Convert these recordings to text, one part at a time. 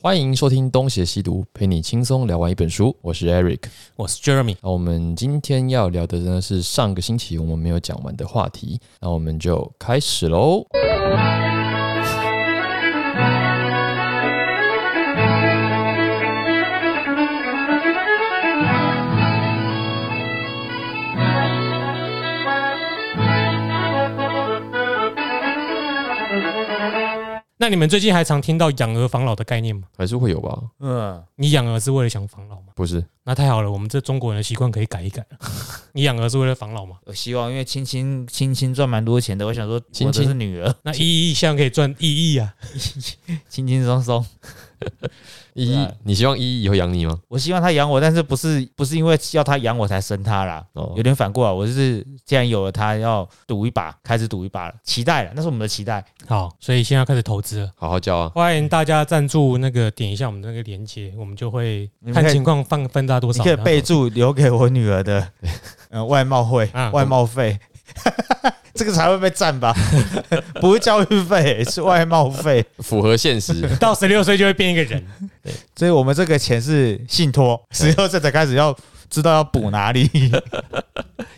欢迎收听《东邪西毒》，陪你轻松聊完一本书。我是 Eric。我是 Jeremy。那我们今天要聊的呢是上个星期我们没有讲完的话题，那我们就开始喽。那你们最近还常听到养儿防老的概念吗？还是会有吧？嗯，你养儿是为了想防老吗？不是，那太好了，我们这中国人的习惯可以改一改了。你养儿是为了防老吗？有希望，因为亲亲亲亲赚蛮多钱的。我想说，亲我亲这是女儿， 那 一亿现在可以赚一亿啊！轻轻松松。依依啊对，你希望依依以后养你吗？我希望她养我，但是不是不是因为要她养我才生她啦？哦有，点反过来，啊我就是既然有了她，要赌一把，开始赌一把了，期待了，那是我们的期待。好，所以现在要开始投资了。好好教啊。欢迎大家赞助那个点一下我们的那个链接，我们就会你们看可以情况放分大多你少。可以备注留给我女 儿的，呃，外贸会啊、。外贸费， 这个才会被占吧？ 不是教育费，是外贸费，符合现实 到十六岁就会变一个人。所以我们这个钱是信托，十六岁才开始要知道要补哪里。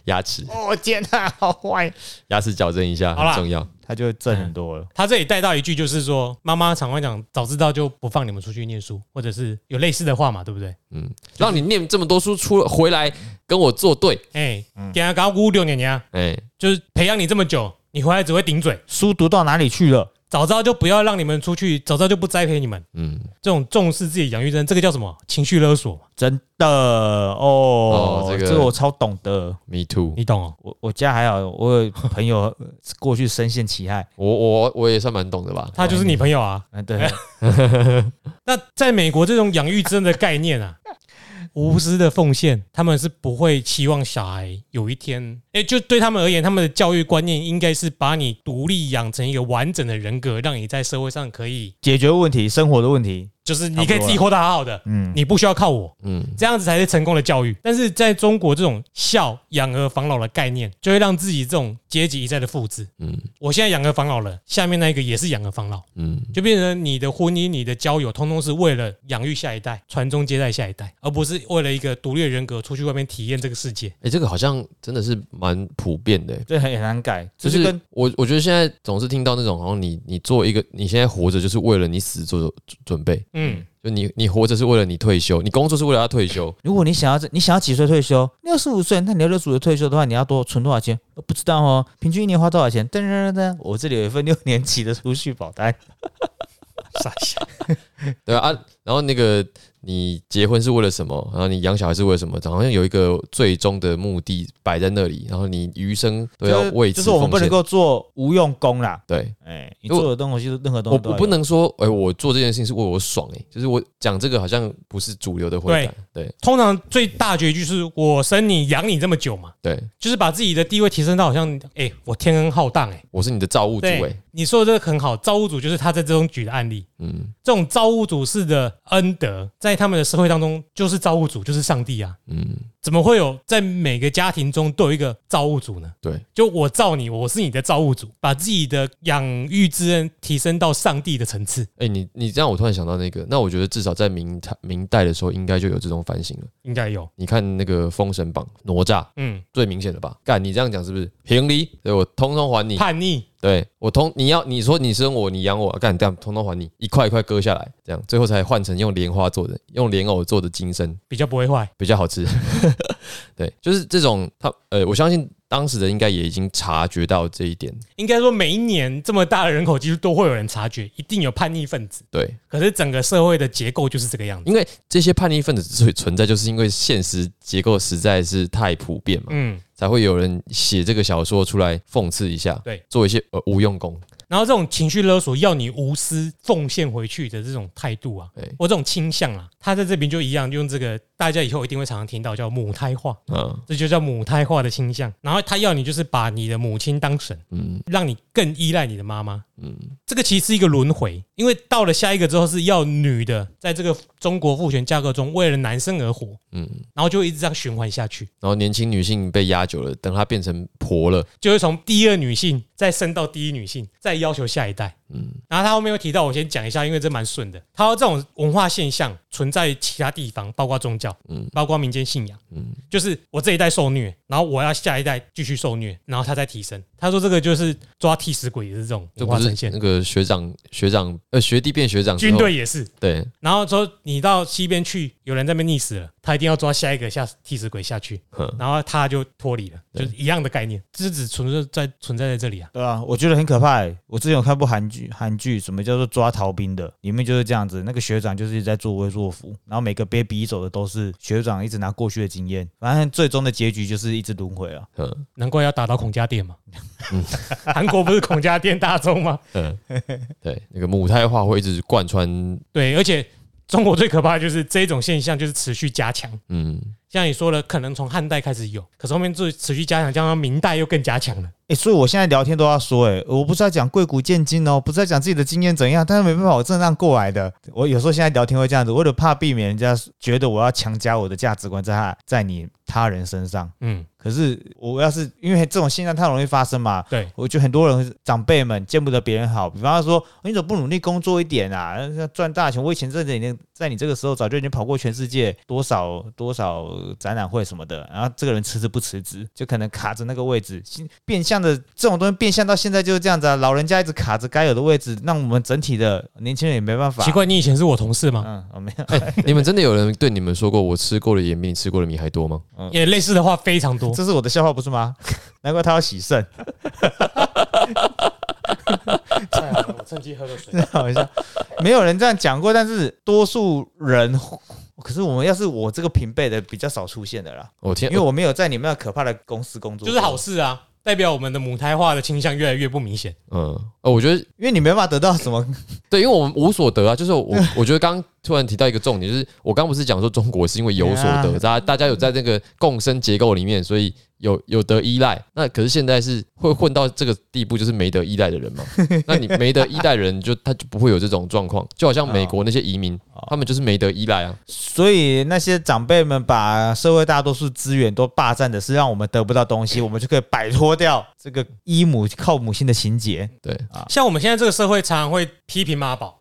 牙齿， 哦，天哪，好坏！牙齿矫正一下好啦很重要。他就挣很多了。他这里带到一句就是说，妈妈常会讲，早知道就不放你们出去念书，或者是有类似的话嘛，对不对？嗯，让你念这么多书出回来跟我作对。哎、嗯给他搞五六年年，哎、就是培养你这么久，你回来只会顶嘴。书读到哪里去了？早知道就不要让你们出去，早知道就不栽培你们。嗯，这种重视自己养育真，这个叫什么？情绪勒索，真的哦，哦这这个个、我超懂的。 Me too。你懂哦？我我家还好，我有朋友 过去深陷其害。我我我也算蛮懂的吧？他就是你朋友啊。嗯，对， 那在美国，这种养育真的概念啊，无私的奉献，他们是不会期望小孩有一天，哎，就对他们而言，他们的教育观念应该是把你独立养成一个完整的人格，让你在社会上可以，解决问题，生活的问题。就是你可以自己活得好好的，嗯，你不需要靠我。嗯，这样子才是成功的教育。但是在中国，这种孝养儿防老的概念，就会让自己这种阶级一再的复制。嗯我现在养儿防老了，下面那一个也是养儿防老，嗯，就变成你的婚姻、你的交友，通通是为了养育下一代、传宗接代下一代，而不是为了一个独立的人格出去外面体验这个世界。哎、这个好像真的是蛮普遍的、这很很难改，就这就是跟我，我觉得现在总是听到那种，好像你你做一个，你现在活着就是为了你死做准备，嗯，就你你活着是为了你退休，你工作是为了要退休，如果你想要你想要几岁退休，六十五岁，那你要六十五岁退休的话，你要多存多少钱？呃不知道哦，平均一年花多少钱？噔噔噔噔，我这里有一份六年期的储蓄保单。傻笑。对啊啊然后那个你结婚是为了什么？然后你养小孩是为了什么？好像有一个最终的目的摆在那里，然后你余生都要就是为就此是我们不奉能献。够做无用功啦。对哎，你如果做的东西，任何我东我西都要不有能说，哎、我做这件事情是为我爽、哎，就是我讲这个好像不是主流的回答，对通常最大结局就是我生你养你这么久嘛，对，就是把自己的地位提升到好像，哎、我天恩浩荡、哎，我是你的造物主、对哎，你说的这个很好，造物主就是他在这种举的案例。嗯这种造物主式的恩德，在他们的社会当中，就是造物主，就是上帝啊！嗯，怎么会有在每个家庭中都有一个造物主呢？对，就我造你，我是你的造物主，把自己的养育之恩提升到上帝的层次，哎、你你这样我突然想到那个，那我觉得至少在明朝明代的时候，应该就有这种反省了。应该有。你看那个《封神榜》，哪吒嗯，最明显的吧？干，你这样讲是不是平离？对我通通还你，叛逆，对我通你要你说你生我，你养我，干这样通通还你，一块一块割下来，这样最后才换成用莲花做的，用莲藕做的金身比较不会坏。比较好吃。 对，就是这种他呃，我相信当时的应该也已经察觉到这一点，应该说，每一年这么大的人口基数，都会有人察觉，一定有叛逆分子。对，可是整个社会的结构就是这个样子。因为这些叛逆分子之所以存在，就是因为现实结构实在是太普遍嘛，嗯，才会有人写这个小说出来讽刺一下，对，做一些呃无用功，然后这种情绪勒索，要你无私奉献回去的这种态度啊，对，我这种倾向啊，他在这边就一样，用这个大家以后一定会常常听到叫母胎化，嗯这就叫母胎化的倾向。然后他要你就是把你的母亲当神，嗯让你更依赖你的妈妈。嗯，这个其实是一个轮回，因为到了下一个之后是要女的在这个中国父权架构中为了男生而活，嗯嗯，然后就一直这样循环下去，然后年轻女性被压久了，等她变成婆了，就会从第二女性再升到第一女性，再要求下一代。嗯，然后他后面又提到，我先讲一下，因为这蛮顺的。他说这种文化现象存在其他地方，包括宗教，嗯嗯，包括民间信仰，嗯嗯，就是我这一代受虐，然后我要下一代继续受虐，然后他再提升。他说这个就是抓替死鬼的这种这文不化是呈现那，个学长学长呃学弟变学长之军后队也是。对，然后说你到西边去，有人在那边溺死了，他一定要抓下一个下替死鬼下去，哼然后他就脱离了，就对是一样的概念，嗯这是只存在在存在在这里啊。对啊，我觉得很可怕、欸。我之前有看部韩剧，韩剧什么叫做抓逃兵的，里面就是这样子，那个学长就是一直在作威作福，然后每个被逼走的都是学长一直拿过去的经验，反正最终的结局就是一直轮回啊。哼难怪要打到孔家店嘛。 韩国不是孔家店大宗吗？嗯，对，那个母胎化会一直贯穿，对，而且中国最可怕的就是这种现象，就是持续加强。嗯， 像你说了，可能从汉代开始有，可是后面就持续加强，加上明代又更加强了。哎、所以我现在聊天都要说、欸，哎，我不是在讲贵古见今哦，不是在讲自己的经验怎样，但是没办法，我真的这样过来的。我有时候现在聊天会这样子，为了怕避免人家觉得我要强加我的价值观在他在你他人身上。嗯，可是我要是因为这种现象太容易发生嘛，对，我觉得很多人长辈们见不得别人好，比方说哦你怎么不努力工作一点啊，要赚大钱。我以前在你那在你这个时候早就已经跑过全世界多少多少展览会什么的，然后这个人辞职不辞职，就可能卡着那个位置，现变相的这种东西变相到现在就是这样子啊，老人家一直卡着该有的位置，让我们整体的年轻人也没办法。奇，怪，你以前是我同事吗？嗯，我没有，你们真的有人对你们说过我吃过的盐比你吃过的米还多吗？也类似的话非常多。这是我的笑话不是吗？ 难怪他要洗肾，我趁机喝个水。 好像没有人这样讲过，但是多数人。可是我们要是我这个平辈的比较少出现的啦，哦我天因为，我没有在你们那可怕的公司工作，就是好，事啊，代表我们的母胎化的倾向越来越不明显。嗯，呃，我觉得因为你没办法得到什么，对，因为我们无所得啊，就是我，我觉得刚突然提到一个重点，就是我刚不是讲说中国是因为有所得，大家大家有在这个共生结构里面，所以有有得依赖。那可是现在是会混到这个地步，就是没得依赖的人嘛。那你没得依赖的人就，他就不会有这种状况。就好像美国那些移民，他们就是没得依赖啊。所以那些长辈们把社会大多数资源都霸占的是让我们得不到 东西，我们就可以摆脱掉这个依母靠母性的情节。对，像我们现在这个社会，常常会批评妈宝。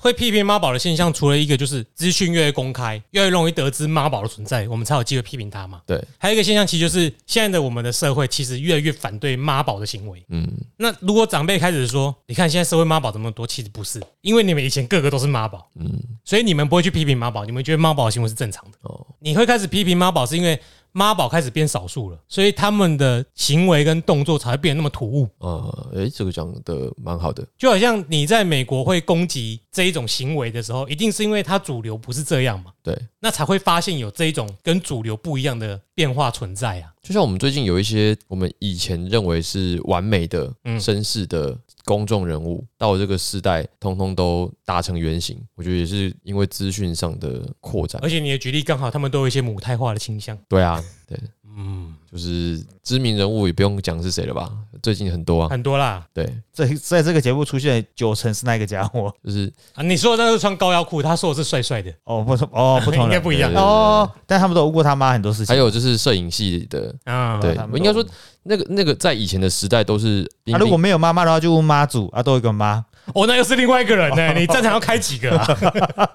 会批评妈宝的现象，除了一个就是资讯越来越公开，越来越容易得知妈宝的存在，我们才有机会批评他嘛。对，还有一个现象，其实就是现在的我们的社会，其实越来越反对妈宝的行为。嗯，那如果长辈开始说，你看现在社会妈宝这么多，其实不是，因为你们以前个个都是妈宝，嗯，所以你们不会去批评妈宝，你们觉得妈宝的行为是正常的。哦哦，你会开始批评妈宝，是因为妈宝开始变少数了，所以他们的行为跟动作才会变得那么突兀。呃，诶，这个讲的蛮好的。就好像你在美国会攻击这一种行为的时候，一定是因为它主流不是这样嘛，对，那才会发现有这一种跟主流不一样的变化存在啊。就像我们最近有一些我们以前认为是完美的嗯绅士的公众人物，到这个时代，通通都达成原型。我觉得也是因为资讯上的扩展而。且你的举例刚好，他们都有一些母胎化的倾向。对啊，对，嗯，就是知名人物也不用讲是谁了吧？最近很多啊，很多啦对，在在这个节目出现的九成是那个家伙 就是啊！你说的那个穿高腰裤，他说我是帅帅的，哦，不同哦不同应该人不一样对哦，但他们都有问过他妈很多事情。还有就是摄影系的，啊。对他们，都应该说那个那个在以前的时代都是他、啊如果没有妈妈的话，就问妈祖啊，都有一个妈。哦，那又是另外一 个人呢、哎你战场要开几个啊？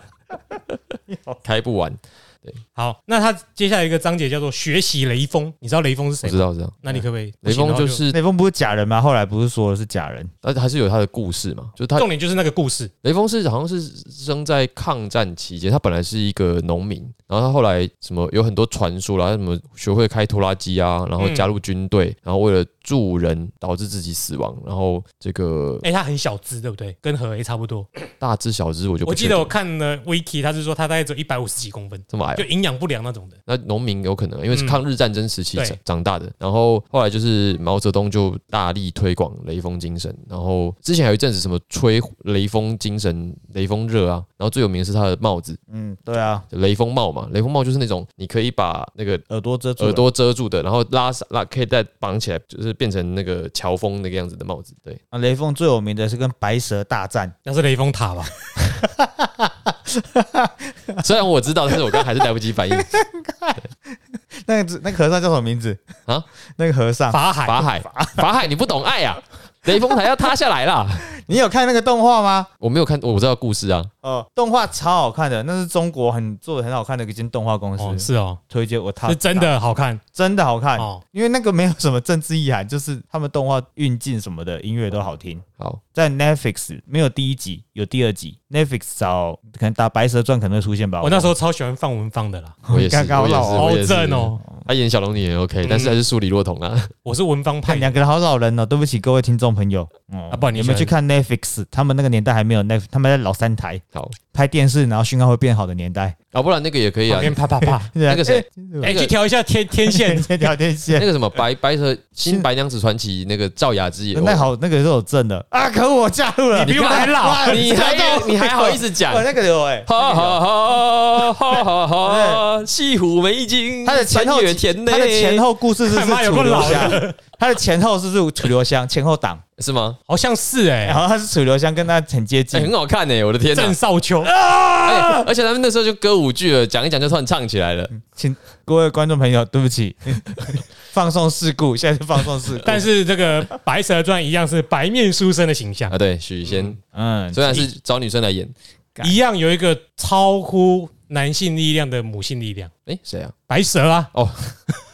开不完，好，那他接下来一个章节叫做学习雷锋，你知道雷锋是我谁知吗？道知道。那你可不可以？不雷行锋的话就，就是雷锋不是假人吗？后来不是说是假人？但还是有他的故事嘛，就是他重点就是那个故事，雷锋是好像是生在抗战期间，他本来是一个农民，然后他后来什么有很多传说啦，他什么学会开拖拉机啊，然后加入军队，然后为了助人导致自己死亡，然后这个 哎、他很小资，对不对？跟何 A 差不多。大知小知我就不我记确得定我看了 Wiki，他是说他大概只有一百五十几公分，这么矮就哦、营养不良那种的。那农民有可能因为是嗯抗日战争时期对长长大的，然后后来就是毛泽东就大力推广雷锋精神，然后之前还有一阵子什么吹雷锋精神、雷锋热啊，然后最有名的是他的帽子，嗯，对啊，雷锋帽嘛，雷锋帽就是那种你可以把那个耳朵遮住了耳朵遮住的，然后拉上拉可以再绑起来，就是变成那个乔峰那个样子的帽子。对， 啊，雷锋最有名的是跟白蛇大战，那是雷峰塔吧？虽然我知道，但是我刚还是来不及 反应。那个那个和尚叫什么名字啊？ 那个和尚法海，法海，法海，你不懂爱啊！雷峰塔要塌下来啦！ 你有看那个动画吗？我没有看，我知道故事啊，哦，动画超好看的，那是中国很做的很好看的一间动画公司，哦，是哦，推荐我他是真的好看真的好哎看，哦。因为那个没有什么政治意涵，就是他们动画运镜什么的，音乐都好听。好，在 Netflix 没有第一集，有第二集。Netflix 找可能打《白蛇传》可能会出现吧。我那时候超喜欢范文芳的啦，我也是，刚刚我也是，好我好也是正。哦，他演小龙女也嗯 OK，但是还是梳理落童啊。 我是文芳看派的两个人好老人哦，对不起各位听众朋友。哦啊不然你有没有去看 Netflix？他们那个年代还没有 Net，他们在老三台好，拍电视，然后讯号会变好的年代。啊，不然那个也可以旁啊。边啪啪啪。对啊那个谁， 那哎，个去调一下天天线哎在聊天那线，个什么白白蛇新白娘子传奇那个赵雅芝也那好，那个是有证的啊。可我加入了， 你比我还老哇你还你还好意思讲哇，？那个有哎。 哈哈哈哈哈！西湖美景，他的前后三月田内，他的前后故事是看是妈有楚够留老香，他的前后是不是楚留香前后党，是吗？好像是哎然，后他是楚留香跟他很接哎，很近。好看呢，我的天哪郑！少秋哎，啊而且他们那时候就歌舞剧了，讲一讲就突然唱起来了。请各位观众朋友，对不起， 放送事故，现在是放送事故。但是这个《白蛇传》一样是白面书生的形象啊，，对，许仙嗯，虽然是找女生来演，干一样有一个超乎男性力量的母性力量，嗯哎，谁啊？白蛇啊。哦，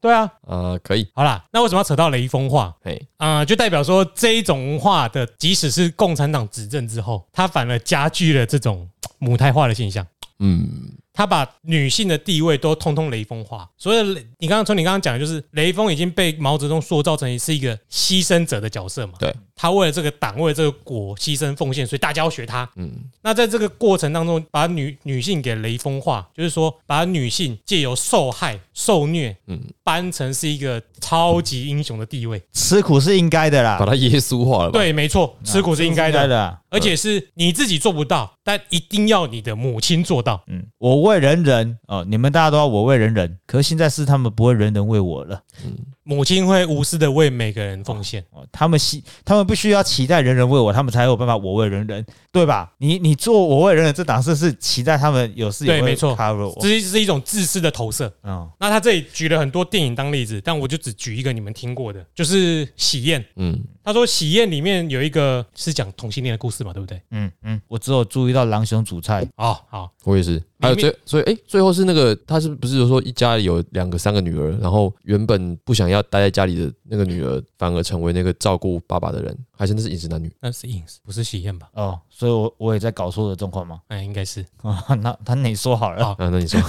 对啊，嗯啊，可以，好啦，那为什么要扯到雷锋化？哎，啊、就代表说这一种文化的，即使是共产党执政之后，它反而加剧了这种嘖母胎化的现象。嗯，它把女性的地位都通通雷锋化，所以雷你刚刚从你刚刚讲的就是雷锋已经被毛泽东塑造成是一个牺牲者的角色嘛？对，他为了这个党，为了这个国牺牲奉献，所以大家要学他。嗯，那在这个过程当中，把女女性给雷锋化，就是说把女性借由受害、受虐，嗯嗯，搬成是一个超级英雄的地位。吃苦是应该的啦把，他耶稣化了吧？对，没错，吃苦是应该的，的。而且是你自己做不到，但一定要你的母亲做到。嗯，我为人人哦，你们大家都要我为人人，可是现在是他们不会人人为我了嗯母亲会无私的为每个人奉献。哦，他们希他们必须要期待人人为我，他们才有办法我为人人，对吧？你你做我为人人这档事是期待他们有事也对会没错 cover 我，这是一种自私的投射。嗯，那他这里举了很多电影当例子，但我就只举一个你们听过的，就是《喜宴》。嗯，他说，《喜宴》里面有一个是讲同性恋的故事嘛，对不对？嗯嗯，我只有注意到狼熊煮菜，哦，好，我也是。还有最所以哎、最后是那个他是不是说一家里有两个三个女儿，然后原本不想要待在家里的那个女儿，反而成为那个照顾爸爸的人，还是那是饮食男女？那是 ins，不是喜宴吧？哦，所以我我也在搞错的状况吗？哎，应该是啊、 那他你说好了，好啊，那你说，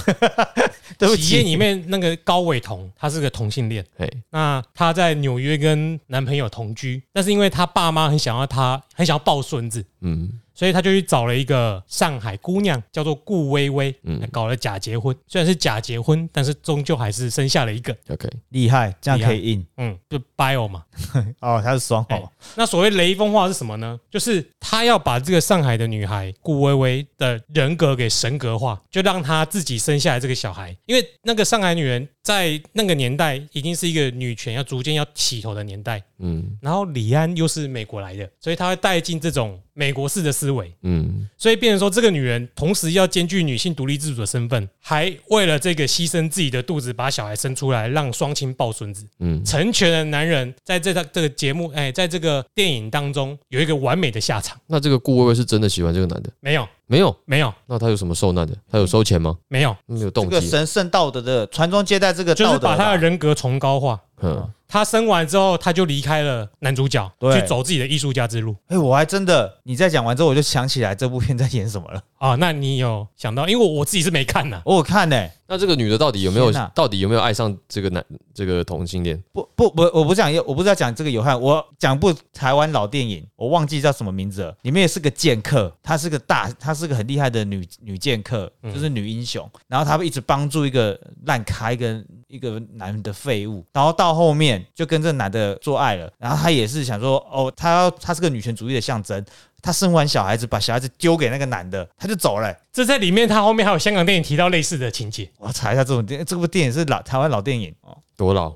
对不《喜宴》哦起，里面那个高伟彤，他是个同性恋。哎，那她在纽约跟男朋友同居，但是因为她爸妈很想要她，很想要抱孙子，嗯所以她就去找了一个上海姑娘，叫做顾薇薇，嗯搞了假结婚。虽然是假结婚，但是终究还是生下了一个， ，OK，厉害，这样可以硬嗯，就 bio 嘛。哦，他是双哎哦，那所谓雷锋化是什么呢？就是他要把这个上海的女孩顾薇薇的人格给神格化，就让她自己生下来这个小孩。因为那个上海女人在那个年代已经是一个女权要逐渐要起头的年代，嗯然后李安又是美国来的，所以他会带进这种美国式的思维，嗯，所以变成说这个女人同时要兼具女性独立自主的身份，还为了这个牺牲自己的肚子把小孩生出来，让双亲抱孙子。嗯，成全的男人在这个这个节目，哎，在这个电影当中有一个完美的下场。那这个顾薇薇是真的喜欢这个男的？没有，没有，没有，那他有什么受难的？他有收钱吗？没有，没有这动个机，神圣道德的传宗接代这个就道是德啦，把他的人格崇高化。嗯，他生完之后，他就离开了男主角，对去走自己的艺术家之路。哎、我还真的，你在讲完之后，我就想起来这部片在演什么了。啊，那你有想到？因为我我自己是没看呐、我有看呢、那这个女的到底有没有天哪到底有没有爱上这个男这个同性恋？不不不，我不讲，我不是要讲这个有汉，我讲部台湾老电影，我忘记叫什么名字了。里面也是个剑客，她是个大，她是个很厉害的女女剑客，就是女英雄。然后她会一直帮助一个烂咖，一个一个男的废物，然后到后面就跟这男的做爱了。然后她也是想说，哦，她要她是个女权主义的象征。她生完小孩子，把小孩子丢给那个男的，她就走了、这在里面，他后面还有香港电影提到类似的情节。我要查一下这种电，这部电影是老台湾老电影哦。多老？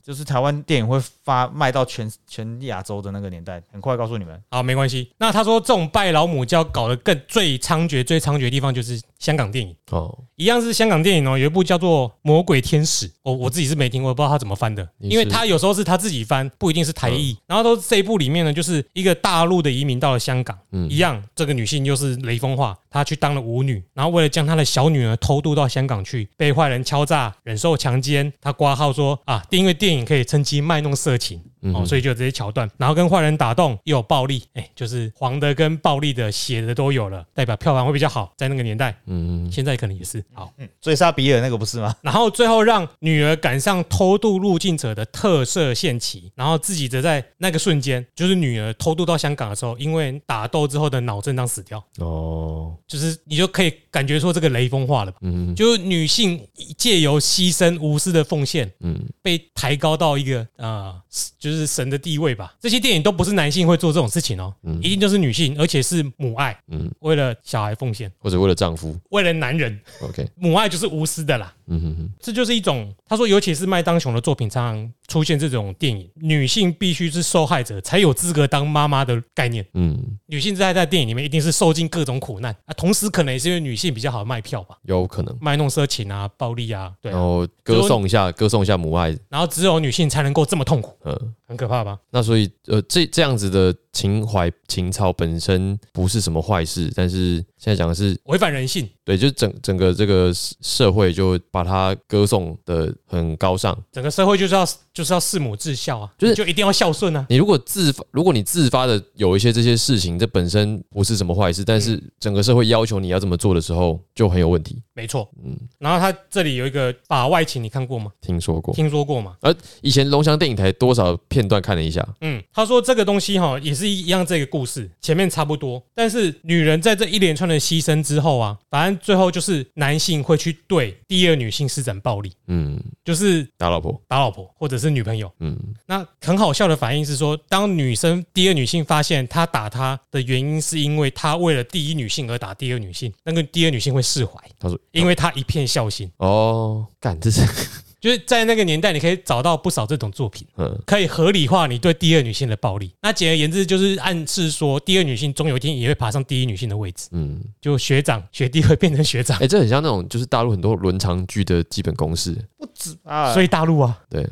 就是台湾电影会发卖到全全亚洲的那个年代，很快告诉你们，好，没关系。那他说这种拜老母教搞得更最猖獗、最猖獗的地方就是香港电影，哦，一样是香港电影哦，有一部叫做《魔鬼天使》，我我自己是没听过，不知道他怎么翻的，你因为是嗯他有时候是他自己翻，不一定是台译。然后都这一部里面呢，就是一个大陆的移民到了香港，嗯一样，这个女性就是雷锋化，她去当了舞女，然后为了将她的小女儿偷渡到香港去，被坏人敲诈，忍受强奸，她挂号说啊，因为电影可以趁机卖弄色情。嗯哦，所以就有这些桥段，然后跟坏人打动，又有暴力，哎、就是黄的跟暴力的、血的都有了，代表票房会比较好，在那个年代，嗯，现在可能也是好。追杀比尔那个不是吗？然后最后让女儿赶上偷渡入境者的特赦限期，然后自己则在那个瞬间，就是女儿偷渡到香港的时候，因为打斗之后的脑震荡死掉，哦，就是你就可以感觉说这个雷锋化了吧？嗯就是女性借由牺牲无私的奉献，嗯，被抬高到一个呃，就是神的地位吧。这些电影都不是男性会做这种事情哦，嗯一定就是女性，而且是母爱，嗯，为了小孩奉献，或者为了丈夫为了男人， ，OK，母爱就是无私的啦。嗯哼哼，这就是一种，他说，尤其是麦当雄的作品，常常出现这种电影，女性必须是受害者才有资格当妈妈的概念。嗯，女性在在电影里面一定是受尽各种苦难啊，同时可能也是因为女性比较好卖票吧，有可能。卖弄色情啊、暴力啊，对啊然后歌颂一下，歌颂一下母爱，然后只有女性才能够这么痛苦，呃，很可怕吧？那所以呃，这这样子的情怀情操本身不是什么坏事，但是现在讲的是违反人性，对，就是整整个这个社社会就把它歌颂的很高尚。整个社会就是要就是要弑母至孝啊，就是你就一定要孝顺啊。你如果自发，如果你自发的有一些这些事情，这本身不是什么坏事，但是整个社会要求你要这么做的时候，就很有问题。没错，嗯嗯，然后他这里有一个法外情，你看过吗？听说过，听说过吗？以前龙翔电影台多少片段看了一下，嗯，他说这个东西哈也是一样，这个故事前面差不多，但是女人在这一连串的牺牲之后啊，反正最后就是男性会去对第二女性施展暴力，嗯，就是打老婆，打老婆或者是女朋友。嗯那很好笑的反应是说，当女生第二女性发现她打她的原因是因为她为了第一女性而打第二女性，那个第二女性会释怀，他说因为她一片孝心。哦，干这是， 就是在那个年代，你可以找到不少这种作品。嗯可以合理化你对第二女性的暴力。那简而言之，就是暗示说，第二女性终有一天也会爬上第一女性的位置，嗯，就学长学弟会变成学长哎、。这很像那种就是大陆很多伦常剧的基本公式，不止 啊！所以以大陆啊，对，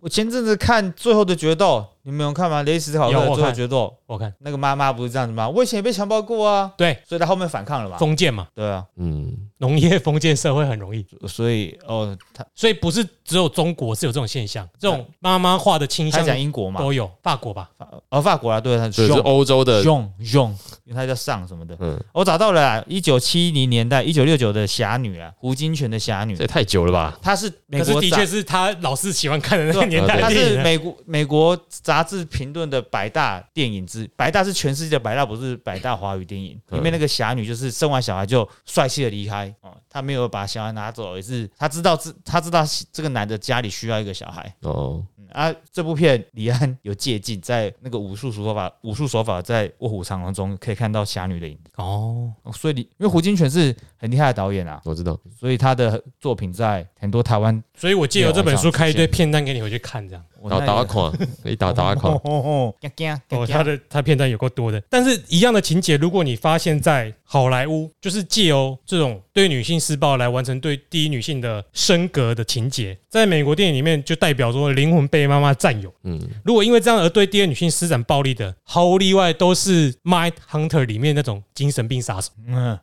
我前阵子看《最后的决斗》，你们有看吗？雷斯考特有我《看最后决斗》，我看那个妈妈不是这样子吗？我以前也被强暴过啊，对所以她后面反抗了嘛。封建嘛，对啊，嗯，农业封建社会很容易，所以哦，他所以不是只有中国是有这种现象，这种妈妈化的倾他向讲英国嘛，都有，法国吧？法哦法国啊，对，他所以是欧洲的，用用，因为他叫上什么的。嗯，我找到了啊一九七零年代一九六九的侠女啊，胡金铨的侠女这，也太久了吧？她是美可是国的杂确是他老是喜欢看的那个年代对她的电是影啊，美国美国杂志评论的百大电影之百大是全世界的百大，不是百大华语电影。嗯里面那个侠女就是生完小孩就帅气的离开哦，她没有把小孩拿走，也是她知道自她知道这个男的家里需要一个小孩。哦，嗯啊，这部片李安有借鉴，在那个武术手法武术手法在《卧虎藏龙》中可以看到侠女的影子。哦，哦所以你因为胡金铨是很厉害的导演啊，我知道，所以他的作品在很多台湾所以我借由这本书开一堆片段给你回去看，这样。我打那打也款，一打打款 哦，哦，哦惊哦，惊他的他片段有够多的，但是一样的情节，如果你发现在好莱坞，就是借由这种对女性施暴来完成对第一女性的升格的情节，在美国电影里面就代表说灵魂被妈妈占有。嗯，如果因为这样而对第二女性施展暴力的，毫无例外都是《Mind Hunter》里面那种精神病杀手。 嗯，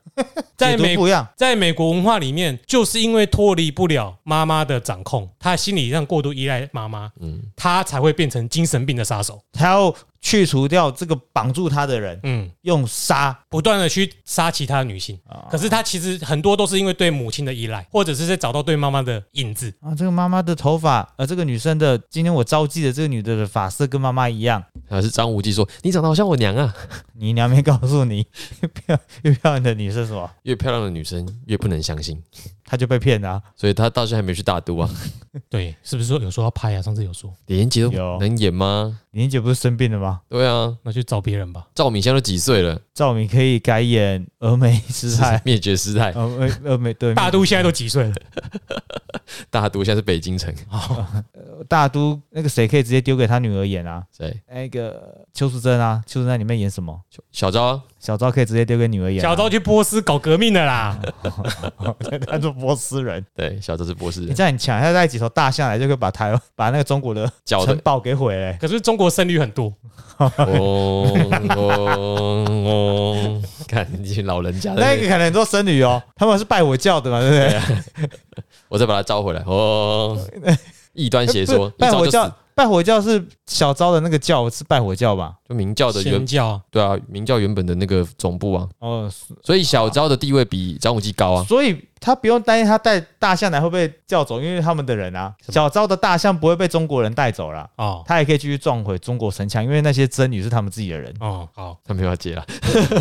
在解读美不一样，在美国文化里面，就是因为脱离不了妈妈的掌控，她心理上过度依赖妈妈，嗯她才会变成精神病的杀手。他要去除掉这个绑住他的人，嗯，用杀。不断的去杀其他女性。啊可是他其实很多都是因为对母亲的依赖，或者是在找到对妈妈的影子。啊，这个妈妈的头发，呃，这个女生的，今天我招妓的这个女的的发色跟妈妈一样，还是张无忌说你长得好像我娘啊，你娘没告诉你， 漂越漂亮的女生什么， 越漂亮的女生越不能相信，她就被骗了、啊。所以她到现在还没去大 都啊，对，是不是说有说要拍啊？上次有说，李连杰都有能演吗？李连姐不是生病了吗？对啊，那就找别人 吧。赵敏现在都几岁了？赵敏可以改演峨眉师太， 哦灭绝师太，呃峨眉峨眉对 大都现在都几岁了？大都现在是北京城，哦大都那个谁可以直接丢给他女儿演啊？谁？那个邱淑贞啊，邱淑贞在里面演什么？小昭啊，小昭可以直接丢给女儿演、啊小昭，去波斯搞革命的 啦，他做波斯人，对，小昭是博士你，这样很强，他带几头大象来就可以把台湾把那个中国的脚城的堡给毁了、可是中国胜率很多， 哦哦哦， 看你这老人家的那个可能很多僧侣哦，他们是拜火教的嘛，对不对？我再把他招回来 哦。异端邪 说，一 拜招就火死教，拜火教是小昭的那个教是拜火教吧？就明教的仙原教对啊，明教原本的那个总部啊，哦，所以小昭的地位比张无忌高啊。所以他不用担心他带大象来会被叫走，因为他们的人啊，小昭的大象不会被中国人带走啦，哦他也可以继续撞毁中国城墙，因为那些僧侣是他们自己的人。哦好，他没有要接啊，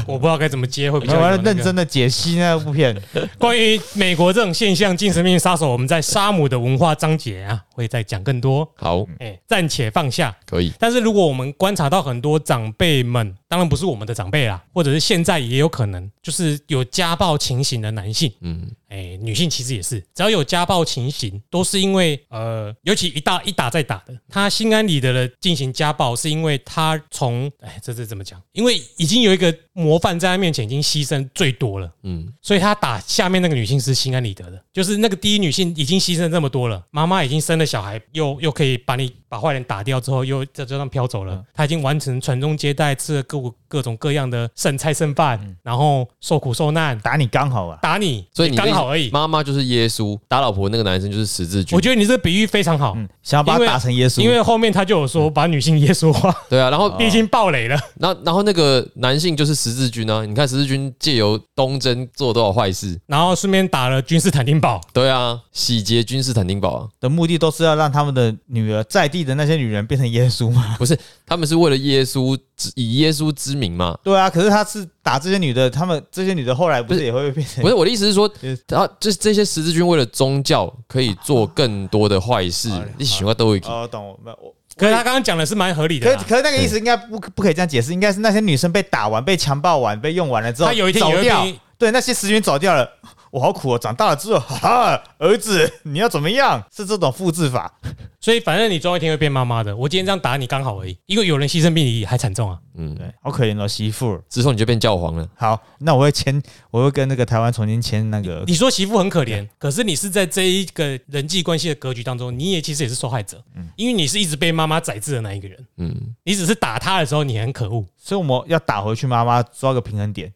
我不知道该怎么接会比没较有，有我要那个认真的解析那部片。关于美国这种现象，精神病杀手，我们在沙姆的文化章节啊会再讲更多，好，哎、暂且放下。可以，但是如果我们观察到很多长辈们，当然不是我们的长辈啦，或者是现在也有可能，就是有家暴情形的男性，嗯，哎、女性其实也是，只要有家暴情形，都是因为呃，尤其一打一打再打的，他心安理得的进行家暴，是因为他从哎，这这怎么讲？因为已经有一个模范在他面前已经牺牲最多了。嗯，所以他打下面那个女性是心安理得的，就是那个第一女性已经牺牲这么多了，妈妈已经生了小孩，又又可以把你把坏人打掉之后，又在这样飘走了。她已经完成传宗接代，吃了各各种各样的剩菜剩嗯饭，然后受苦受难，打你刚好啊，打你，所以你也刚好而已。妈妈就是耶稣，打老婆那个男生就是十字军我，觉得你这个比喻非常好，嗯，想要把他打成耶稣，因为后面他就有说把女性耶稣化，对啊，然嗯后毕竟暴雷了。然后然后那个男性就是十字军啊，你看十字军借由东征做多少坏事，然后顺便打了君士坦丁堡，对啊，洗劫君士坦丁堡啊，的目的都是要让他们的女儿在地的那些女人变成耶 稣嘛。不是，他们是为了耶稣之以耶稣之名嘛，对啊，可是他是打这些女的，他们这些女的后来不不是是也会变成不是我的意思是说也是，然后就是这些十字军为了宗教可以做更多的坏事好嘞，一起欢都一起。哦，懂我没有我。可是他刚刚讲的是蛮合理可的是啦。可是那个意思应该不不可以这样解释，应该是那些女生被打完、被强暴完、被用完了之后，他有一天走也会掉变，对那些时间走掉了，我好苦哦，长大了之后，哈哈，儿子你要怎么样？是这种复制法，所以反正你总有一天会变妈妈的。我今天这样打你刚好而已，因为有人牺牲比你还惨重啊。嗯，对，好可怜哦，媳妇。之后你就变教皇了。好，那我会签，我会跟那个台湾重新签那个你说媳妇很可怜，可是你是在这一个人际关系的格局当中，你也其实也是受害者，嗯因为你是一直被妈妈宰制的那一个人。嗯，你只是打她的时候你很可恶，所以我们要打回去妈妈，抓个平衡点。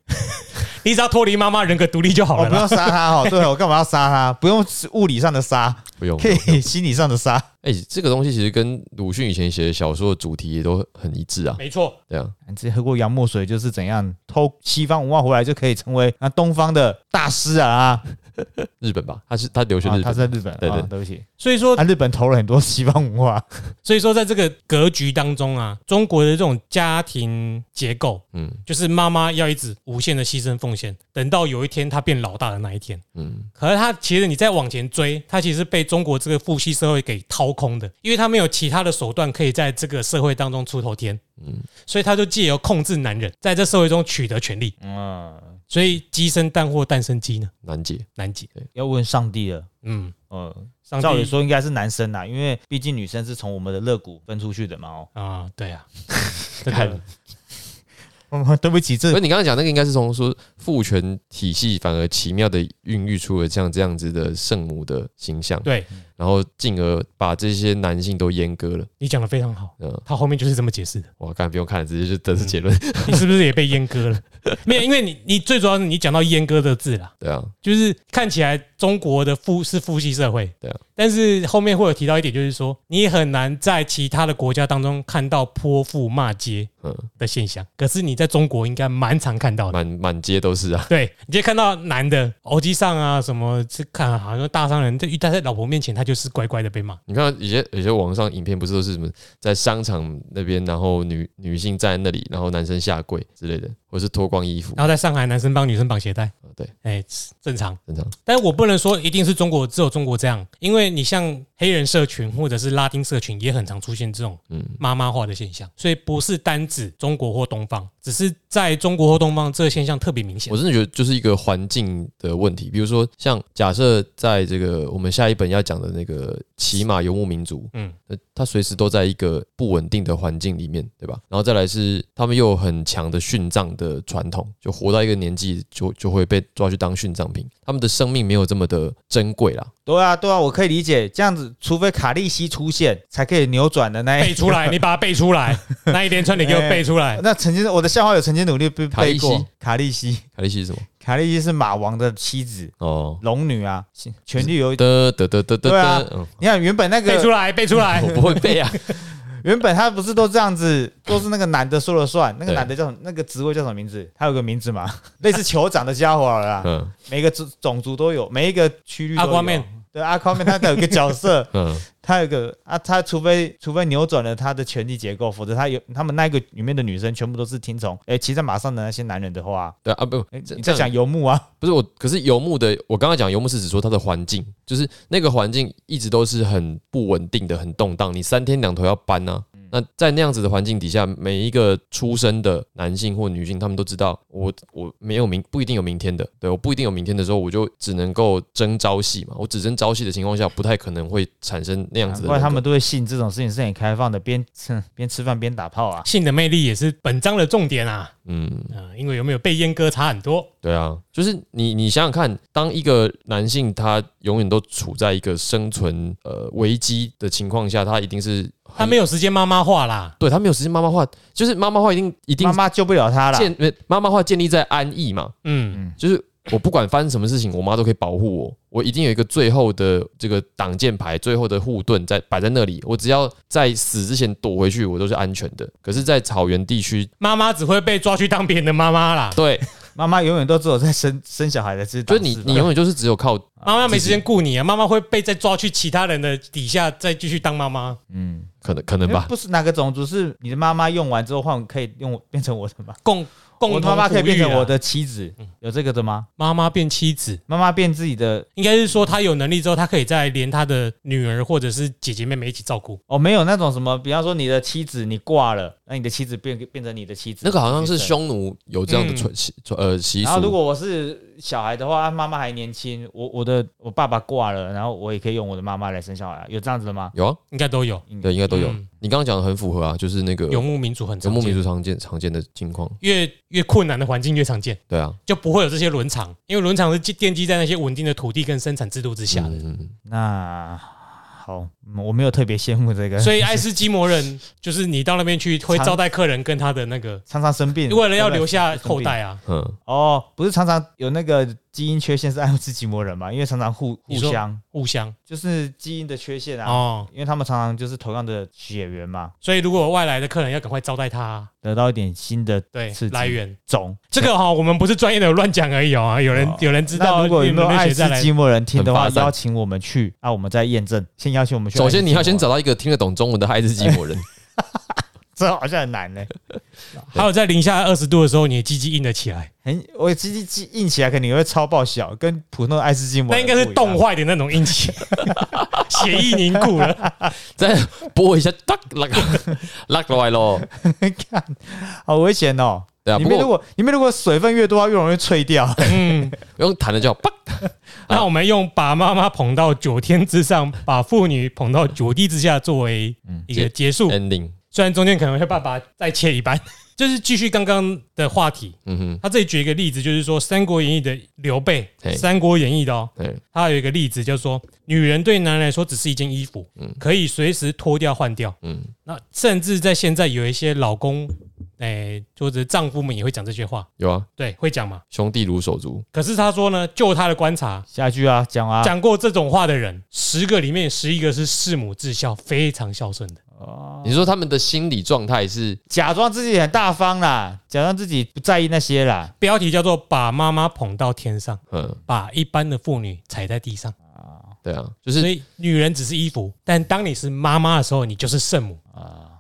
你只要脱离妈妈人格独立就好我了不啦。用杀他 哦，对，我干嘛要杀他？不用物理上的杀，不用。可以心理上的杀。哎、这个东西其实跟鲁迅以前写的小说的主题也都很一致啊。没错，对啊，你直接喝过洋墨水就是怎样偷西方文化回来就可以成为那东方的大师啊啊！日本吧，他是他留学日啊他本，是在日本，对对啊对不起，所以说他日本投了很多西方文化，所以说在这个格局当中啊，中国的这种家庭结构，嗯就是妈妈要一直无限的牺牲奉献，等到有一天她变老大的那一天。嗯，可是他其实你再往前追，他其实被中国这个父系社会给掏空的，因为他没有其他的手段可以在这个社会当中出头天，嗯所以他就借由控制男人，在这社会中取得权利。嗯，所以鸡生蛋或蛋生鸡呢，难解。难解。要问上帝了。嗯，嗯，上照理帝说应该是男生啦，因为毕竟女生是从我们的肋骨分出去的嘛。哦，啊，对啊，这个看嗯 对不起，所这以你刚刚讲那个应该是从说父权体系反而奇妙的孕育出了像这样子的圣母的形象，对然后进而把这些男性都阉割了。你讲的非常好。嗯，他后面就是这么解释的，哇，刚才不用看了，直接就得出结论。嗯你是不是也被阉割了？没有，因为你你最主要是你讲到阉割的字啦， 对啊，就是看起来中国的父是父系社会，对啊，但是后面会有提到一点，就是说你也很难在其他的国家当中看到泼妇骂街嗯，的现象，可是你在中国应该蛮常看到的。满满街都是啊。对，你直接看到男的偶机上啊，什么这看好像大商人，这但在老婆面前，他就是乖乖的被骂。你看有些有些网上影片不是都是什么在商场那边，然后女女性站在那里，然后男生下跪之类的，或是脱光衣服，啊然后在上海，男生帮女生绑鞋带，啊对，哎、正常。正常。但我不能说一定是中国只有中国这样，因为你像黑人社群或者是拉丁社群也很常出现这种嗯妈妈化的现象，所以不是单指中国或东方，只是在中国或东方这个现象特别明显我。真的觉得就是一个环境的问题，比如说像假设在这个我们下一本要讲的那个骑马游牧民族，嗯，呃他随时都在一个不稳定的环境里面，对吧？然后再来是他们又有很强的殉葬的传统，就活到一个年纪就就会被抓去当殉葬品，他们的生命没有这么的珍贵啦。对啊，对啊，我可以理解这样子，除非卡利西出现，才可以扭转的那背一。出来，你把它背出来， 那一连串你给我背出来。哦那曾经我的校花有曾经努力被卡利背西过卡利西，凯利西是什么？卡利西是马王的妻子，哦，龙女啊，权力有。得得得得得对啊得，嗯，你看原本那背出个来，背出来我，不会背 啊，原本他不是都这样子，都是那个男的说了算，那个对男的叫什么？那个职位叫什么名字？他有个名字嘛， 类似酋长的家伙 了啦。嗯每个种种族都有，每一个区域都有。 Aquaman 对阿光面，他有一个角色， 嗯，他有一个啊，他除非除非扭转了他的权力结构，否则他有他们那个里面的女生全部都是听从诶骑在马上的那些男人的话，对啊，不，诶这哎你在这样讲游牧啊？不是我，可是游牧的，我刚刚讲游牧是指说它的环境，就是那个环境一直都是很不稳定的、很动荡，你三天两头要搬啊。嗯那在那样子的环境底下，每一个出生的男性或女性，他们都知道我我没有明不一定有明天的，对，我不一定有明天的时候，我就只能够争朝夕嘛。我只争朝夕的情况下，不太可能会产生那样子的人格。难怪啊他们都会信这种事情是很开放的，边 哼边吃饭边打炮啊。性的魅力也是本章的重点啊。嗯，嗯、因为有没有被阉割差很多。对啊，就是你你想想看，当一个男性他永远都处在一个生存呃危机的情况下，他一定是他没有有时间妈妈话啦，对他没有实现妈妈化，就是妈妈化一定一定妈妈救不了他了，建呃妈妈化建立在安逸嘛，嗯，就是我不管发生什么事情，我妈都可以保护我，我一定有一个最后的这个挡箭牌，最后的护盾在摆在那里，我只要在死之前躲回去，我都是安全的。可是，在草原地区，妈妈只会被抓去当别人的妈妈啦，对，妈妈永远都只有在生 生小孩的知道。就是你你永远就是只有靠妈妈没时间顾你啊，妈妈会被再抓去其他人的底下再继续当妈妈。嗯，可能可能吧诶，不是哪个种族是你的妈妈用完之后换可以用变成我的吗？共我共的妈同妈可以抚变育成啊我的妻子，嗯有这个的吗？妈妈变妻子，妈妈变自己的应该是说她有能力之后，她可以再连她的女儿或者是姐姐妹妹一起照顾。哦，没有那种什么，比方说你的妻子你挂了，那你的妻子变变成你的妻子，那个好像是女生。匈奴有这样嗯的传习传呃习然后俗，如果我是小孩的话，啊妈妈还年轻，我我的我爸爸挂了，然后我也可以用我的妈妈来生小孩，有这样子的吗？有啊，应该都有。对，应该都有嗯。你刚刚讲的很符合啊，就是那个游牧民族很游常牧民见，族常见常见的情况，越越困难的环境越常见，对啊，就不会有这些伦常，因为伦常是建奠基在那些稳定的土地跟生产制度之下的。嗯，嗯那好，嗯我没有特别羡慕这个，所以爱斯基摩人就是你到那边去会常招待客人跟他的那个，常常生病，为了要对不对留下后代啊，嗯嗯哦，不是常常有那个基因缺陷是爱斯基摩人嘛？因为常常互互你说相互相就是基因的缺陷啊，哦。因为他们常常就是同样的血缘嘛，所以如果有外来的客人要赶快招待他啊，得到一点新的对刺激来源。种。这个哈、我们不是专业的乱讲而已哦，有人、哦有人知那道如果有没有人爱类学斯再来基摩人听的话，很发散邀请我们去，啊，我们再验证。先邀请我们去。首先你要先，找到一个听得懂中文的爱斯基摩人， 这好像很难呢、还有在零下二十度的时候，你的鸡鸡硬得起来，很，我鸡鸡鸡硬起来肯定会超爆小，跟普通的爱斯基摩那人应该是不一样冻坏的那种硬 气，血液凝固了。再拨一下，哒拉 拉过来咯。 看，好危险哦！对啊，里不面如过果里面如果水分越多，它越容易脆掉。 嗯，用弹的叫啪，那我们用把妈妈捧到九天之上，把妇女捧到九地之下作为嗯一个结束，哎 ending，虽然中间可能会爸爸再切一 半，就是继续刚刚的话题。嗯他这里举一个例子，就是说《三国演义》的刘备，嘿《三国演义》的哦，哼，哎，他有一个例子，就是说女人对男人来说只是一件衣服，嗯可以随时脱掉换掉。嗯，那甚至在现在有一些老公，哎、或者丈夫们也会讲这些话，有啊，对，会讲嘛。兄弟如手足，可是他说呢，就他的观察，下去啊，讲啊，讲过这种话的人，十个里面十一个是弑母至孝，非常孝顺的。哦你说他们的心理状态是假装自己很大方啦，假装自己不在意那些啦。标题叫做“把妈妈捧到天上，嗯，把一般的妇女踩在地上对啊，就”。是所以女人只是衣服，但当你是妈妈的时候，你就是圣母。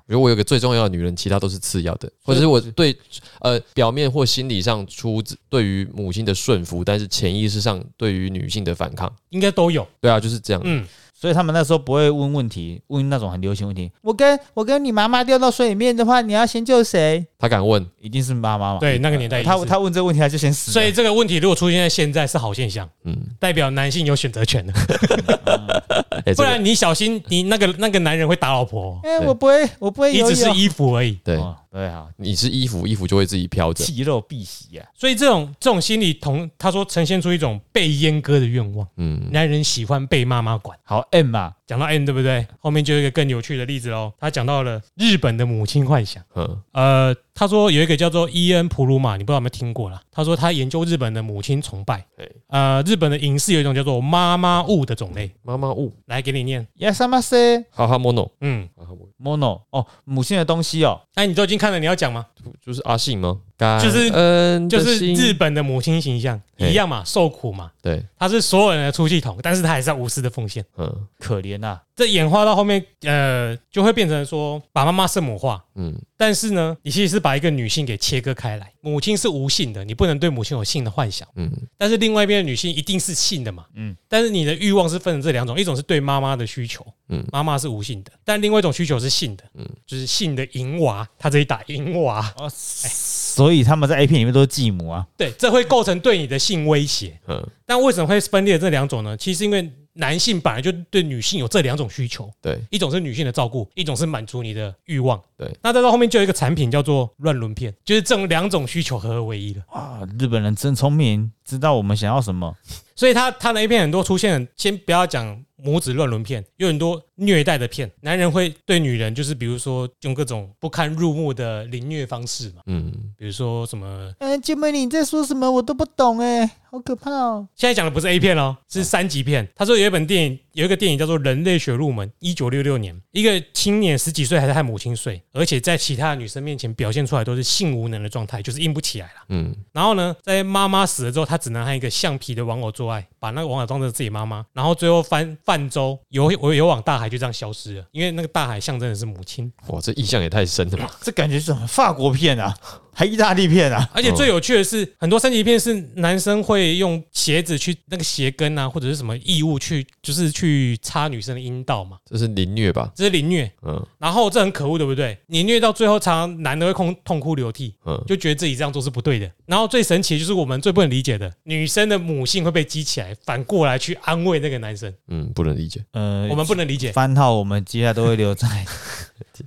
比如我有个最重要的女人，其他都是次要的，或者是我对呃表面或心理上出自对于母亲的顺服，但是潜意识上对于女性的反抗，应该都有，对啊，就是这样。嗯，所以他们那时候不会问问题，问那种很流行问题。我跟我跟你妈妈掉到水里面的话，你要先救谁？他敢问，一定是妈妈嘛？对那个年代一定他是他问这个问题，他就先死了。所以这个问题如果出现在现在是好现象，嗯，代表男性有选择权的，哎、 这不个然你小心你那个那个男人会打老婆，哎、对我不会，我不会你游泳。只是衣服而已。对，哦对啊，你是衣服，衣服就会自己飘着。弃肉必袭啊！所以这种这种心理同他说呈现出一种被阉割的愿望，嗯，男人喜欢被妈妈管。好 M 嘛，讲到 N 对不对？后面就有一个更有趣的例子喽。他讲到了日本的母亲幻想。嗯，呃，他说有一个叫做伊恩普鲁马，你不知道有没有听过啦？他说他研究日本的母亲崇拜对。呃，日本的影视有一种叫做妈妈物的种类，妈妈物，来给你念。亚萨马塞哈哈 mono，嗯，哈哈 mono mono 哦，母性的东西哦，哎、你都已经看了，你要讲吗？就是阿信吗？感就是嗯，就是日本的母亲形象嘿一样嘛，受苦嘛，对，她是所有人的出气筒，但是她还是要无私的奉献。嗯可怜啊呐、这演化到后面，呃，就会变成说把妈妈圣母化，嗯，但是呢，你其实是把一个女性给切割开来，母亲是无性的，你不能对母亲有性的幻想。嗯，但是另外一边的女性一定是性的嘛，嗯嗯。但是你的欲望是分成这两种，一种是对妈妈的需求，嗯嗯，妈妈是无性的，但另外一种需求是性的，嗯，就是性的淫娃，他这里打淫娃，哦，所以他们在 A 片里面都是继母啊，对，这会构成对你的性威胁。嗯，但为什么会分裂这两种呢？其实因为男性本来就对女性有这两种需求，对，一种是女性的照顾，一种是满足你的欲望。对，那再到后面就有一个产品叫做乱伦片，就是这种两种需求合二为一了。啊，日本人真聪明，知道我们想要什么。所以他他的 A 片很多出现很，先不要讲母子乱伦片，有很多虐待的片，男人会对女人就是比如说用各种不堪入目的凌虐方式嘛，嗯，比如说什么。嗯、姐妹你在说什么？我都不懂哎、好可怕哦。现在讲的不是 A 片哦，是三级片。他说有一本电影，有一个电影叫做《人类学入门》，一九六六年，一个青年十几岁还在和母亲睡，而且在其他的女生面前表现出来都是性无能的状态，就是硬不起来了。嗯，然后呢，在妈妈死了之后，他只能和一个橡皮的玩偶做爱，把那个玩偶当成自己妈妈。然后最后翻泛舟，游游游往大海，就这样消失了，因为那个大海象征的是母亲。哇，这意象也太深了吧？这感觉是什么法国片啊，还意大利片啊？而且最有趣的是，很多三级片是男生会用鞋子去那个鞋跟啊，或者是什么异物去，就是去插女生的阴道嘛，这是凌虐吧？这是凌虐。嗯然后这很可恶，对不对？你虐到最后，常常男的会痛痛哭流涕，嗯，就觉得自己这样做是不对的。然后最神奇的就是我们最不能理解的，女生的母性会被激起来，反过来去安慰那个男生，嗯，不能理解。 呃，我们不能理解。番号，我们接下来都会 留在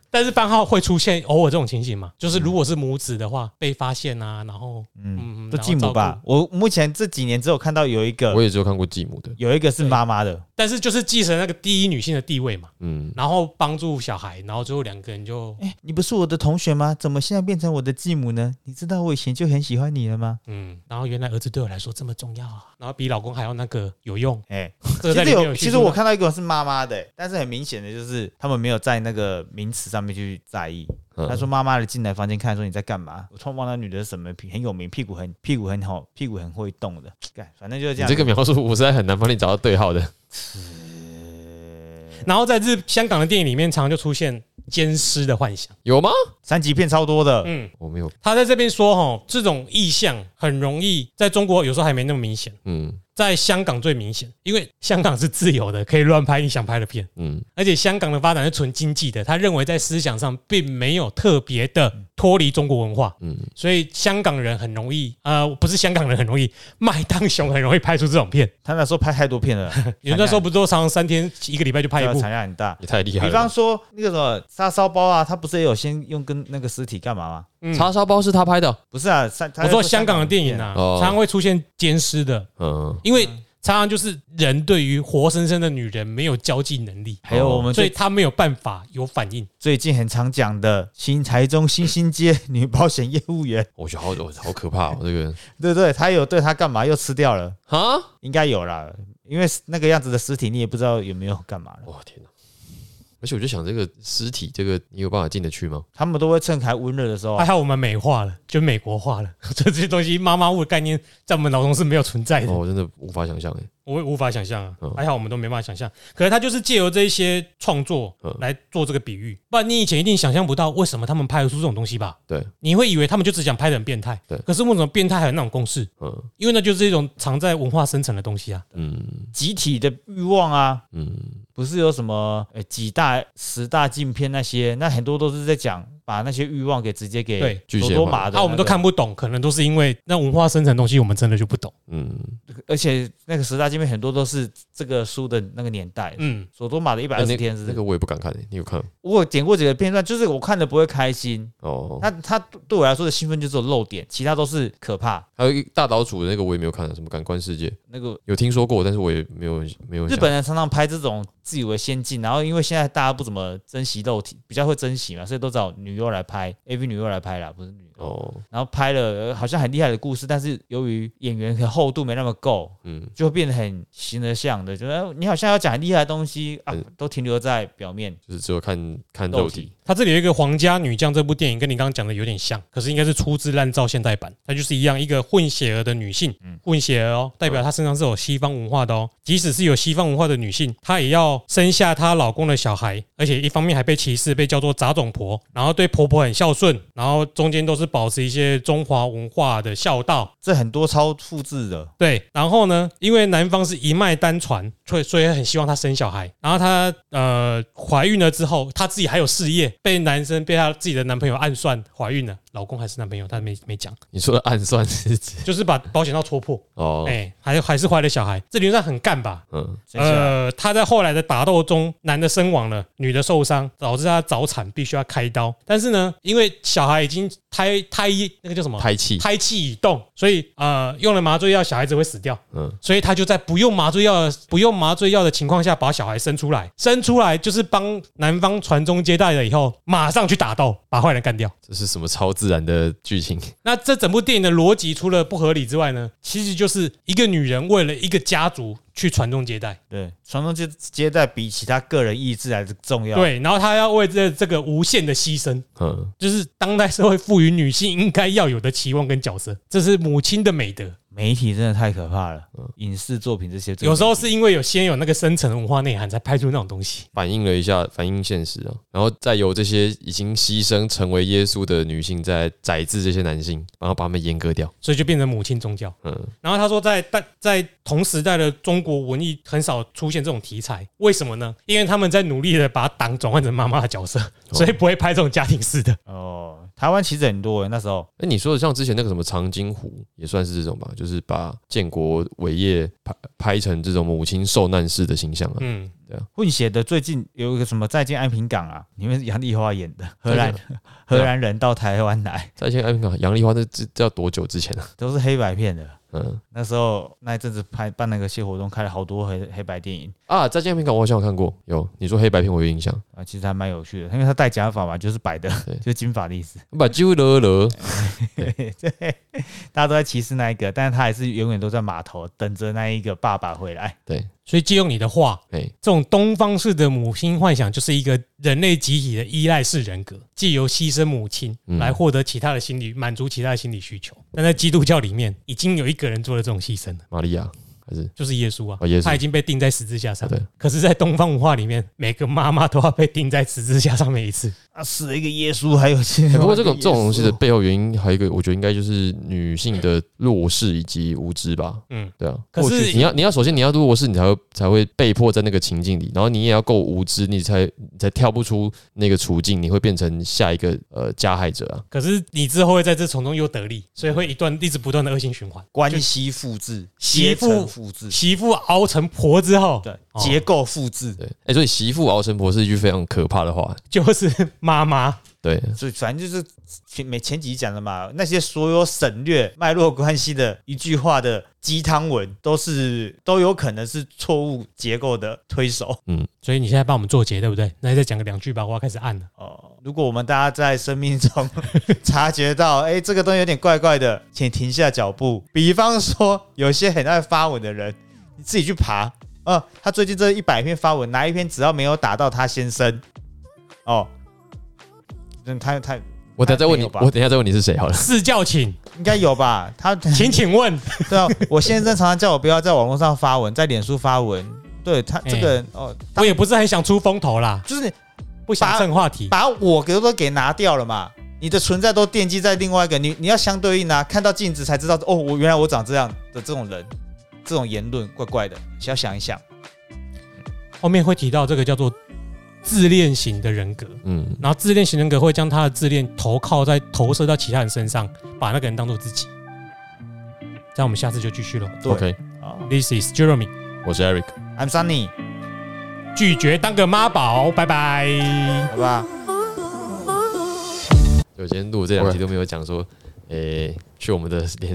但是番号会出现偶尔这种情形嘛？就是如果是母子的话，被发现啊，然后嗯，嗯都继母吧。我目前这几年只有看到有一个我，也只有看过继母的，有一个是妈妈的，但是就是继承那个第一女性的地位嘛，嗯，然后帮助小孩，然后最后两个人就哎、你不是我的同学吗？怎么现在变成我的继母呢？你知道我以前就很喜欢你了吗？嗯，然后原来儿子对我来说这么重要啊，然后比老公还要那个有用。哎、这个在其里实面有，叙其述实到我看到一个是妈妈的、但是很明显的就是他们没有在那个名词上面去在意。嗯他说妈妈的进来房间看说你在干嘛？我突然忘了那女的是什么屁很有名，屁股很屁股很好，屁股很会动的。干，反正就是这你样。这个描述我实在很难帮你找到对号 的。呃然后在日香港的电影里面，常常就出现奸尸的幻想。有吗？三级片超多的，嗯，我没有，他在这边说，哈，这种意向很容易在中国有时候还没那么明显，嗯在香港最明显，因为香港是自由的，可以乱拍你想拍的片，嗯而且香港的发展是纯经济的，他认为在思想上并没有特别的脱离中国文化，嗯，所以香港人很容易，呃，不是香港人很容易，麦当雄很容易拍出这种片。他那时候拍太多片 了，有那时候不是都常常三天一个礼拜就拍一对啊部产，量很大。也太厉害比了方吧。说那个什么叉烧包啊，他不是也有先用跟那个尸体干嘛吗？嗯叉烧包是他拍的，不是啊，三他我说香港的电影啊，啊，哦常常会出现奸尸的，嗯，因为常常就是人对于活生生的女人没有交际能力，还有我们哦所以最他没有办法有反应。最近很常讲的新台中新兴街女保险业务员，我觉得好我好可怕哦，这个 人对不对？他有对他干嘛？又吃掉了，啊，应该有啦，因为那个样子的尸体，你也不知道有没有干嘛了。哇天哪！而且我就想，这个尸体，这个你有办法进得去 吗？他们都会趁还温热的时候 啊还，啊好我们美化了，就美国化了， 所以这些东西妈妈物的概念在我们脑中是没有存在的哦，，我真的无法想象哎。我也无法想象啊嗯。还好我们都没办法想象，可是他就是借由这些创作嗯来做这个比喻，不然你以前一定想象不到为什么他们拍得出这种东西吧？对，你会以为他们就只想拍的很变态对，可是为什么变态还有那种公式？嗯因为那就是一种藏在文化深层的东西啊。嗯集体的欲望啊，嗯，不是有什么呃几大十大禁片那些，那很多都是在讲把那些欲望给直接给对具多象多化马的、啊，我们都，看不懂，可能都是因为那文化生成的东西，我们真的就不懂。嗯，而且那个十大禁片很多都是这个书的那个年代，嗯，索多玛的一百那二十那天是那个我也不敢看，欸你有看吗我有点过几个片段，就是我看的不会开心。哦？那他对我来说的兴奋就只有漏点，其他都是可怕。还有一大岛主的那个我也没有看，什么感官世界那个有听说过，但是我也没有没有日想本人常常拍这种自以为先进，然后因为现在大家不怎么珍惜肉体，比较会珍惜嘛，所以都找女优来拍，AV 女优来拍啦，不是女优。哦，然后拍了呃好像很厉害的故事，但是由于演员的厚度没那么够，嗯，就会变得很形而上的，觉得呃你好像要讲很厉害的东西啊嗯，都停留在表面就是只有看看肉肉体体。。它这里有一个《皇家女将》这部电影，跟你刚刚讲的有点像，可是应该是粗制滥造现代版。它就是一样，一个混血儿的女性，混血儿哦，代表她身上是有西方文化的哦。即使是有西方文化的女性，她也要生下她老公的小孩，而且一方面还被歧视，被叫做杂种婆，然后对婆婆很孝顺，然后中间都是保持一些中华文化的孝道，这很多超复制的，对，然后呢，因为男方是一脉单传，所以所以很希望她生小孩。然后她呃怀孕了之后，她自己还有事业，被男生被她自己的男朋友暗算怀孕了，老公还是男朋友，她没没讲，你说的暗算是指就是把保险套戳破，哦，哎、还还是怀了小孩，这理论上很干吧？嗯，真是啊呃，她在后来的打斗中，男的身亡了，女的受伤，导致她早产，必须要开刀。但是呢，因为小孩已经胎胎那个叫什么胎气，胎气已动，所以呃用了麻醉药，小孩子会死掉。嗯，所以他就在不用麻醉药、不用麻醉药的情况下把小孩生出来，生出来就是帮男方传宗接代了以后，马上去打斗，把坏人干掉。这是什么超自然的剧情？ 那这整部电影的逻辑除了不合理之外呢，其实就是一个女人为了一个家族去传宗接代，对传宗接接代比起他个人意志还是重要。，对，然后她要为这这个无限的牺牲，嗯，就是当代社会赋予女性应该要有的期望跟角色，这是母亲的美德。媒体真的太可怕了，嗯影视作品这些有时候是因为有先有那个深层的文化内涵，才拍出那种东西。反映了一下，反映现实啊，然后再由这些已经牺牲成为耶稣的女性在宰制这些男性，然后把他们阉割掉。所以就变成母亲宗教。嗯，然后他说在，在在同时代的中国文艺很少出现这种题材，为什么呢？因为他们在努力的把党转换成妈妈的角色，哦所以不会拍这种家庭式的。哦，台湾其实很多耶那时候那你说的像之前那个什么长津湖，也算是这种吧，就是把建国伟业拍拍成这种母亲受难式的形象啊。嗯，混血的，最近有一个什么《再见安平港》啊，里面杨丽花演的，荷兰荷兰人到台湾来再见，安平港杨丽花，这这这要多久之前啊？ 都是黑白片的。嗯那时候那一阵子拍办那个些活动，开了好多黑黑白电影啊，再见，安平港我好像有看过，有你说黑白片我有印象，啊，其实还蛮有趣的，因为他戴假发嘛，就是白的对， 就是金发的意思。把几乎勒勒， 对，大家都在歧视那一个，但是他还是永远都在码头等着那一个爸爸回来。对，所以借用你的话，哎，这种东方式的母亲幻想就是一个人类集体的依赖式人格，借由牺牲母亲嗯来获得其他的心理满足其他的心理需求。但在基督教里面，已经有一个人做了这种牺牲了。玛利亚还是就是耶稣啊，哦耶稣他已经被钉在十字架上。啊对，可是，在东方文化里面，每个妈妈都要被钉在十字架上面一次。啊，死了一个耶稣，还有其欸他不过一这个种这种耶稣东西的背后原因，还有一个我觉得应该就是女性的弱势以及无知吧。嗯，对啊，可或是许你要你要首先你要弱势，你才会才会被迫在那个情境里，然后你也要够无知，你才你才跳不出那个处境，你会变成下一个呃加害者啊。可是你之后会在这从中又得利，所以会一段一直不断的恶性循环。关系复制、媳阶妇层复制，媳妇熬成婆之后，对，哦结构复制。对，哎、所以媳妇熬成婆是一句非常可怕的话。就是妈妈。对，所以反正就是前每前几集讲的嘛，那些所有省略脉络关系的一句话的鸡汤文，都是都有可能是错误结构的推手所以你现在帮我们做结，对不对？那你再讲个两句吧，我要开始按 了。哦。如果我们大家在生命中察觉到，哎、这个东西有点怪怪的，请停下脚步。比方说，有些很爱发文的人，你自己去爬啊、呃他最近这一百篇发文，哪一篇只要没有打到他先生，哦，嗯，他他我等一下再问你没有，吧我等一下再问你是谁好了。四教请，应该有吧？他请请 问， 对啊，我先生常常叫我不要在网络上发文，在脸书发文。对他这个人、哦，我也不是很想出风头啦，就是不想蹭话 题。把我给都给拿掉了嘛，你的存在都奠基在另外一个你，你要相对应啊，看到镜子才知道哦，我原来我长这样的这种人，这种言论怪怪的，需要想一想。后面会提到这个叫做自恋型的人格。嗯，然后自恋型人格会将他的自恋投靠在投射到其他人身上，把那个人当做自己。这样我们下次就继续了。对 OK，好 This is Jeremy，我是 Eric。 ，I'm Sunny，拒绝当个妈宝，拜拜。好吧。就今天录这两集都没有讲说，诶、去我们的脸